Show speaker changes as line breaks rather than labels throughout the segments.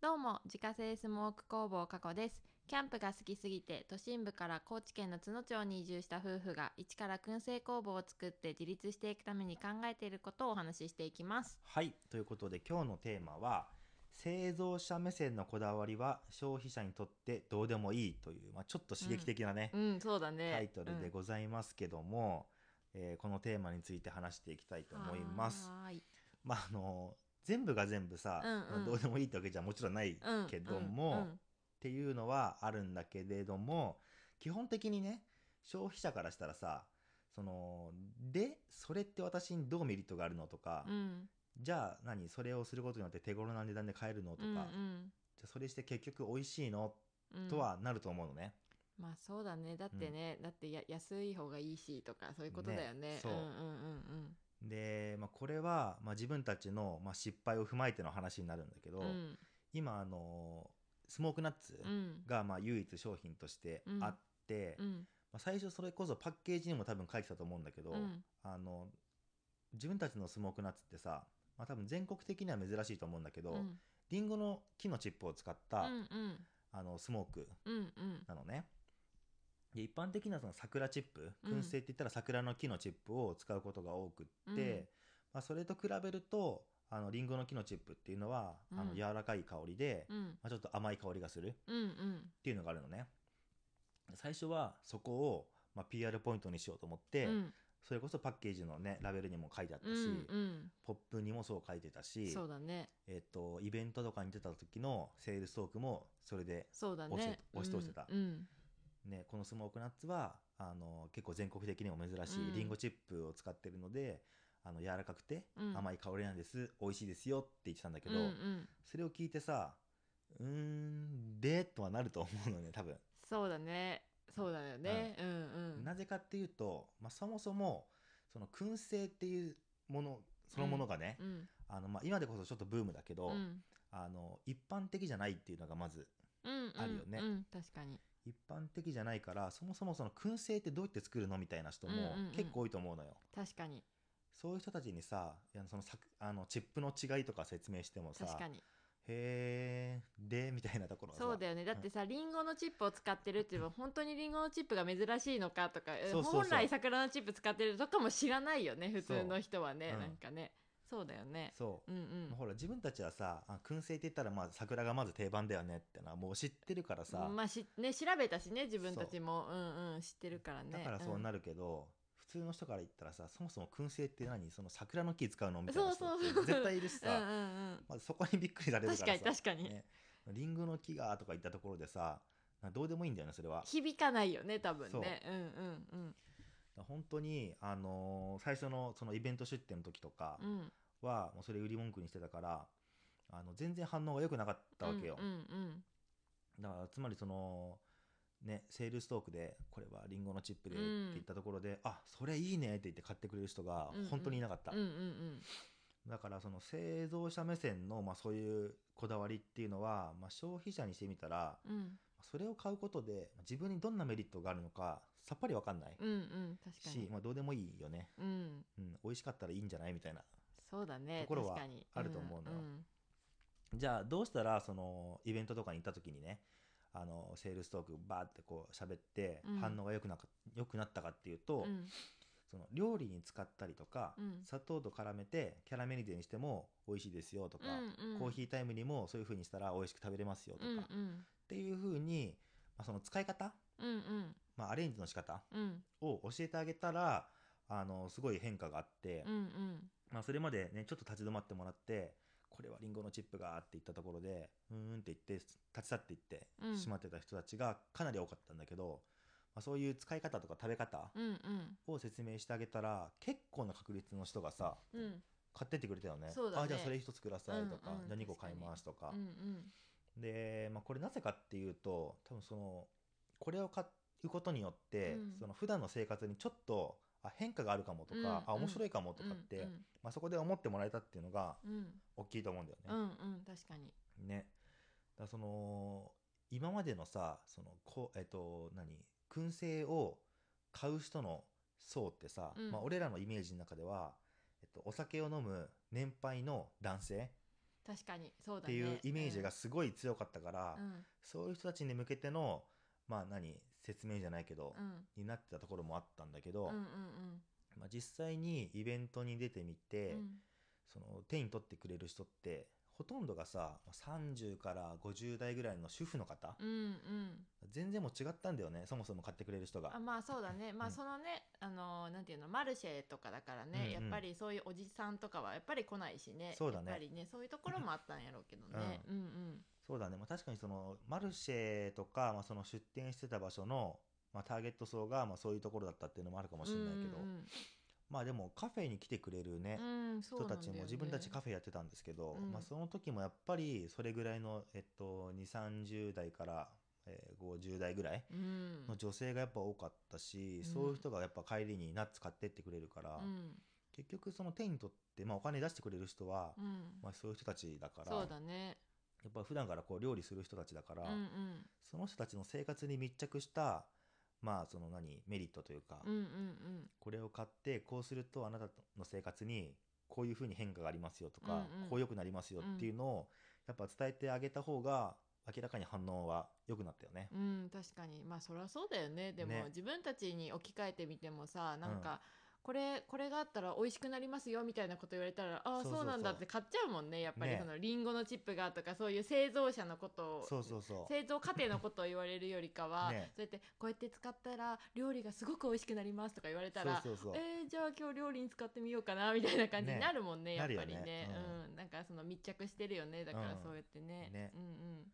どうも自家製スモーク工房加古ですキャンプが好きすぎて都心部から高知県の津野町に移住した夫婦が一から燻製工房を作って自立していくために考えていることをお話ししていきます
はいということで今日のテーマは製造者目線のこだわりは消費者にとってどうでもいいという、まあ、ちょっと刺激的なね、
うんそうだね
タイトルでございますけども、えーこのテーマについて話していきたいと思います。
はーい
まああの全部が全部さ、
うんうん
どうでもいいってわけじゃもちろんない
うん
けども、
うんう
っ
ん
ていうのはあるんだけれども基本的にね消費者からしたらさそのでそれって私にどうメリットがあるのとか、
うん
じゃあ何それをすることによって手頃な値段で買えるのとか、
うん
じゃ
うん
あそれして結局美味しいの
うん
とはなると思うのね。
まあそうだねだってね、だってや安い方がいいしとかそういうことだよね
ねそうん
うんうん
で、まあ、これは、まあ、自分たちの、まあ、失敗を踏まえての話になるんだけど、
うんうん
今あのスモークナッツ
うん
が、まあ、唯一商品としてあって、
う
ま
ん
あ、最初それこそパッケージにも多分書いてたと思うんだけど、
うん
あの自分たちのスモークナッツってさ、まあ、多分全国的には珍しいと思うんだけど、
うん
リンゴの木のチップを使っ
う
た、
んうん
あのスモーク
うんうん
なのね。で一般的にはその桜チップ
うん
燻製って言ったら桜の木のチップを使うことが多くって、
うん
まあ、それと比べるとあのリンゴの木のチップっていうのは、
うん
あの柔らかい香りで、
うん
まあ、ちょっと甘い香りがするっ
うんうん
ていうのがあるのね最初はそこを、まあ、PR ポイントにしようと思って、
うん
それこそパッケージのねラベルにも書いてあったし、
うん
ポップにもそう書いて
う
た
ん、
し
そう、だね
えっとイベントとかに出た時のセールストークもそれで
そうだね
押して押し通してた
うん
ね、このスモークナッツはあの結構全国的にも珍し
うん
いリンゴチップを使ってるので、あの柔らかくて
うん
甘い香りなんです、美味しいですよって言ってたんだけ
うん
ど、
うんうん、
それを聞いてさうーんでとはなると思うのね多分、
そうだねそうだよね、うん、うん
なぜかっていうと、まあ、そもそもその燻製っていうものそのものがね、
うん
あのまあ、今でこそちょっとブームだけど、
うん
あの一般的じゃないっていうのがまず
うん
あるよね
うんうん、確かに
一般的じゃないからそもそもその燻製ってどうやって作るのみたいな人も
うんうんうん
結構多いと思うのよ。
確かに
そういう人たちにさ、いやそのさあのチップの違いとか説明してもさ、
確かに
へー、で、みたいなところはさ
そうだよねだってさ、リンゴのチップを使ってるっていうのは本当にリンゴのチップが珍しいのかとかえ
そうそうそう
本来桜のチップ使ってるとかも知らないよね普通の人はね、
そううん
なんかねそうだよね
そう。
うんう
まあ
ん
ほら、自分たちはさ、あ燻製って言ったら、まあ、桜がまず定番だよねってのはもう知ってるからさ、
まあしね調べたしね自分たちもうんうん知ってるからね
だからそうなるけど、普通の人から言ったらさ、そもそも燻製って何その桜の木使うのみたいな人っ
そうそうそう
て絶対いるし
うん、うん
さ、まずそこにびっくりされ
うんう
る
ん、確
か
からに確
さ、
かに、
ねリンゴの木がとか言ったところでさ、なんかどうでもいいんだよね、それは。
響かないよね多分
そう
ねうんうん
本当に、あのー最初のそのイベント出店の時とか、
うんうん
はもうそれ売り文句にしてたからあの全然反応が良くなかったわけよ、
うんうん
だからつまりそのねセールストークでこれはリンゴのチップでっ
う
て
ん
言ったところで、あそれいいねって言って買ってくれる人が
うんうん
本当にいなかった、
うんうんうん
だからその製造者目線の、まあ、そういうこだわりっていうのは、まあ、消費者にしてみたら
うんうん
それを買うことで自分にどんなメリットがあるのかさっぱり分かんない
うんうん確か
し、
に
まあ、どうでもいいよね、
うん
うん、美味しかったらいいんじゃないみたいな
そうだね
ところは
確かに
あると思うのよ
ん
じゃあどうしたらそのイベントとかに行った時にねあのセールストークバーってこう喋って
うん
反応が良くなか、良くなったかっていう
う
と、
んうん
その料理に使ったりとか、
うん
砂糖と絡めてキャラメリゼにしても美味しいですよとか、
うんうん
コーヒータイムにもそういう風にしたら美味しく食べれますよとか、
うんう
っ
ん
ていう風に、まあ、その使い方、
うんうん
まあ、アレンジの仕方
うん
を教えてあげたらあのすごい変化があって、
うんうん
まあ、それまでねちょっと立ち止まってもらってこれはリンゴのチップがーって言ったところでうーんって言って立ち去っていって
うん
しまってた人たちがかなり多かったんだけど、まあ、そういう使い方とか食べ方
うんうん
を説明してあげたら結構な確率の人がさ
うん
買ってってくれたよね
そうだね
あじゃあそれ一つくださいとか、
うんうん
じゃあ2個
確か
買
に
いますとか、
うん
で、まあ、これなぜかっていうと多分そのこれを買うことによって、
うん
その普段の生活にちょっとあ変化があるかもと
う
か、
んうん
あ面白いかもとかって、
うん
まあ、そこで思ってもらえたっていうのが
うん
大きいと思うんだよね。
うんうん確かに
ね。だからその今までのさそのこえっと何燻製を買う人の層ってさ、
うん
まあ、俺らのイメージの中では、えっと、お酒を飲む年配の男性
確かにそう
っ
だ
て
ね
いうイメージがすごい強かったから、
うんうん
そういう人たちに向けてのまあ何説明じゃないけど、
うん
になってたところもあったんだけ
う
ど、
んうん
まあ、実際にイベントに出てみ
う
て、
ん
その手に取ってくれる人ってほとんどがさ30から50代ぐらいの主婦の方、
うんうん
全然もう違ったんだよねそもそも買ってくれる人が
あ。まあそうだねま
う
あ
ん
そのねあのーなんていうのマルシェとかだからね、
うんうん
やっぱりそういうおじさんとかはやっぱり来ないしね
そうだね
やっぱりねそういうところもあったんやろうけどね、うん、うん
そうだね、まあ、確かにそのマルシェとか、まあ、その出店してた場所の、まあ、ターゲット層が、まあ、そういうところだったっていうのもあるかもしれないけど、
うん
まあでもカフェに来てくれるね、
うんうんそう
人
なんだ
た
よね
ちも自分たちカフェやってたんですけど、
うん
まあ、その時もやっぱりそれぐらいの、えっと、2 3 0代から、えー50代ぐらい
うん
の女性がやっぱ多かったし、
うん
そういう人がやっぱ帰りにナッツ買ってってくれるから、
うん
結局その手に取って、まあ、お金出してくれる人は、
うん
まあ、そういう人たちだから
そうだね
やっぱ普段からこう料理する人たちだから、
うんうん
その人たちの生活に密着したまあその何メリットというか、
うんうんうん
これを買ってこうするとあなたの生活にこういうふうに変化がありますよとか、
うんうん
こう良くなりますよっていうのをやっぱ伝えてあげた方が明らかに反応は良くなったよね。
うん確かにまあそりゃそうだよねでも
ね
自分たちに置き換えてみてもさなんか、これこれがあったら美味しくなりますよみたいなこと言われたらああ
そうそうそう
そうなんだって買っちゃうもんねやっぱり
ね
そのリンゴのチップがとかそういう製造者のことを
そうそうそう。
製造過程のことを言われるよりかは、
ね
そうやってこうやって使ったら料理がすごく美味しくなりますとか言われた
そう
ら
そうそう。
えー、じゃあ今日料理に使ってみようかなみたいな感じに
ね
なるもんねやっぱりね
なるよね
うんなんかその密着してるよねだから
うん
そうやってね,、
ね
うんうん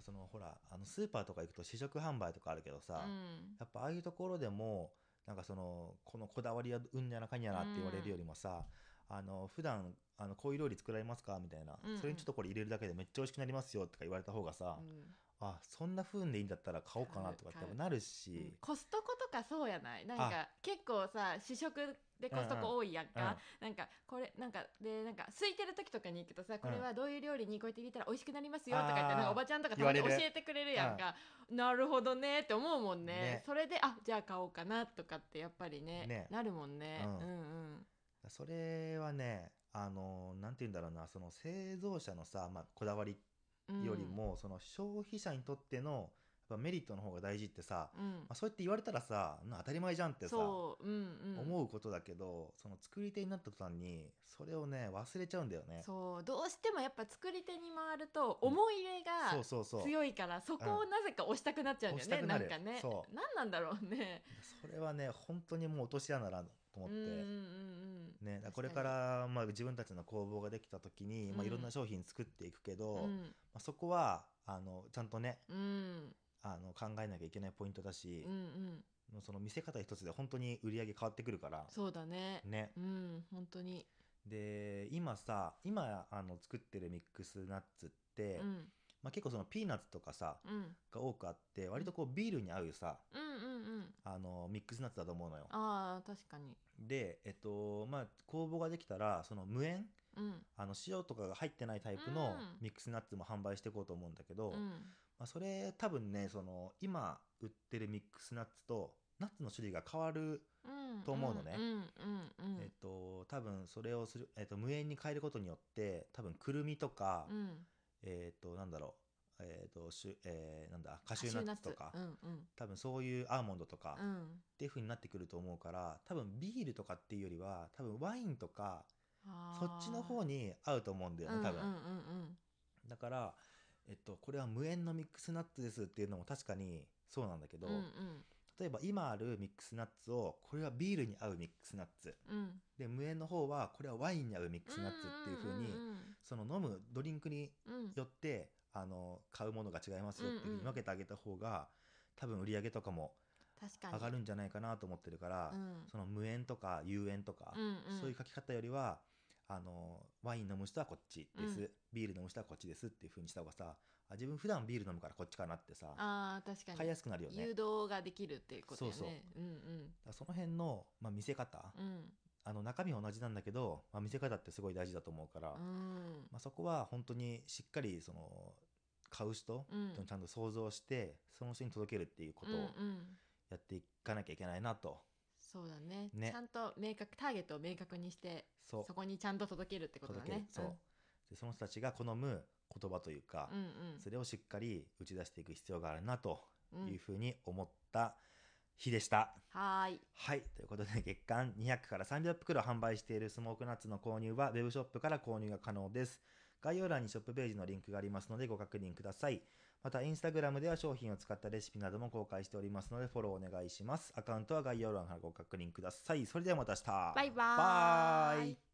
そのほらあのスーパーとか行くと試食販売とかあるけどさ、
うん
やっぱああいうところでもなんかそのこのこだわりはうんやらかんやらって言われるよりもさ、あの普段あのこういう料理作られますかみたいな、
うんうん
それにちょっとこれ入れるだけでめっちゃ美味しくなりますよとか言われた方がさ、
うん
あそんな風でいいんだったら買おうかなとかってやっぱなるし、
うんコストコとかそうやないなんか結構さ試食でコストコ多いやんか、
うんうん
なんかこれなんかでなんか空いてる時とかに行くとさこれ
うん
はどういう料理にこうやって入れたら美味しくなりますよとか言って
あー
なんかおばちゃんとかたまに教
言われ
え
る
てくれるやんか、なるほどねって思うもんね
ね
それであじゃあ買おうかなとかってやっぱりね
ね
なるもんね、
うん
うん
それはねあのなんて言うんだろうなその製造者のさ、まあ、こだわり
うんうん
より、も、その消費者にとってのやっぱメリットの方が大事ってさ、
うん
まあ、そうやって言われたらさな当たり前じゃんってさ
そう、うんうん、
思うことだけどその作り手になった途端にそれをね忘れちゃうんだよね。
そうどうしてもやっぱ作り手に回ると思い入れが、
そうそうそう
強いからそこをなぜか押したくなっちゃうんだよね、
うん
な
押
ん
したく
か
なる
ね
そ
何なんだろうね
それはね本当にもう落とし穴だなと思
う
っ
ん
て、
うんうんうん
ね、だからこれ
確か
か
に
ら、まあ、自分たちの工房ができた時に、ま
う
あ、
ん
いろんな商品作っていくけど、
う
ま
ん
あ、そこはあのちゃんとね
うん
あの考えなきゃいけないポイントだし
うんう、ん
もうその見せ方一つで本当に売り上げ変わってくるから。
そうだね
ね、
うん本当に
で今さ今あの作ってるミックスナッツって、
うん
まあ、結構そのピーナッツとかさ
うん
が多くあって割とこうビールに合うさ、
うんうんうん
あのミックスナッツだと思うのよ。
ああ確かに
で、えっとまあ、工房ができたらその無塩
うん
あの塩とかが入ってないタイプの
うん
ミックスナッツも販売していこうと思うんだけど、
う
ま
ん
あ、それ多分ねその今売ってるミックスナッツとナッツの種類が変わる、
うん
と思うのね
うんうんうん
えっと、多分それをする、えっと、無塩に変えることによって多分くるみとか、
うんうん
えっとなんだろう、えっとしゅえーなんだカ
カ
シューナッツとか、
うんうん
多分そういうアーモンドとか、
う
っ
ん
ていう風になってくると思うから多分ビールとかっていうよりは多分ワインとか
あー
そっちの方に合うと思うんだよね多分、
うんうんうん
だから、えっと、これは無塩のミックスナッツですっていうのも確かにそうなんだけど、
うんうん
例えば今あるミックスナッツをこれはビールに合うミックスナッツ
うん
で無塩の方はこれはワインに合うミックスナッツっていう風に、
うん
その飲むドリンクに
うんうんうん
よってあの買うものが違いますよっていう風
うんう
に
ん
分けてあげた方が多分売り上げとかも
確かに
上がるんじゃないかなと思ってるから、
うん
その無塩とか有塩とか、
うんうん
そういう書き方よりはあのワイン飲む人はこっちです、
うん
ビール飲む人はこっちですっていう風にした方がさあ自分普段ビール飲むからこっちかなってさ
あー確かに
買いやすくなるよね
誘
だか
導ができるっていうことよね
そうそう
うん
らその辺の、まあ、見せ方、
うんうん
あの中身は同じなんだけど、まあ、見せ方ってすごい大事だと思うか
う
ら、ま
ん
あ、そこは本当にしっかりその買う人
うん
ちゃんと想像してその人に届けるっていうこと
う
を
んうん
やっていかなきゃいけないなと、
そうだね
ね
ちゃんと明確ターゲットを明確にして
そう
そこにちゃんと届けるってことだ
届ける
ね
そう、でその人たちが好む言葉というか、
うん
それをしっかり打ち出していく必要があるなと
うんう
いうんふうに思った日でした。
はーい
はい。ということで、月間200から300袋販売しているスモークナッツの購入は、ウェブショップから購入が可能です。概要欄にショップページのリンクがありますので、ご確認ください。また、インスタグラムでは商品を使ったレシピなども公開しておりますので、フォローお願いします。アカウントは概要欄からご確認ください。それではまた明日。
バイバーイ
バイ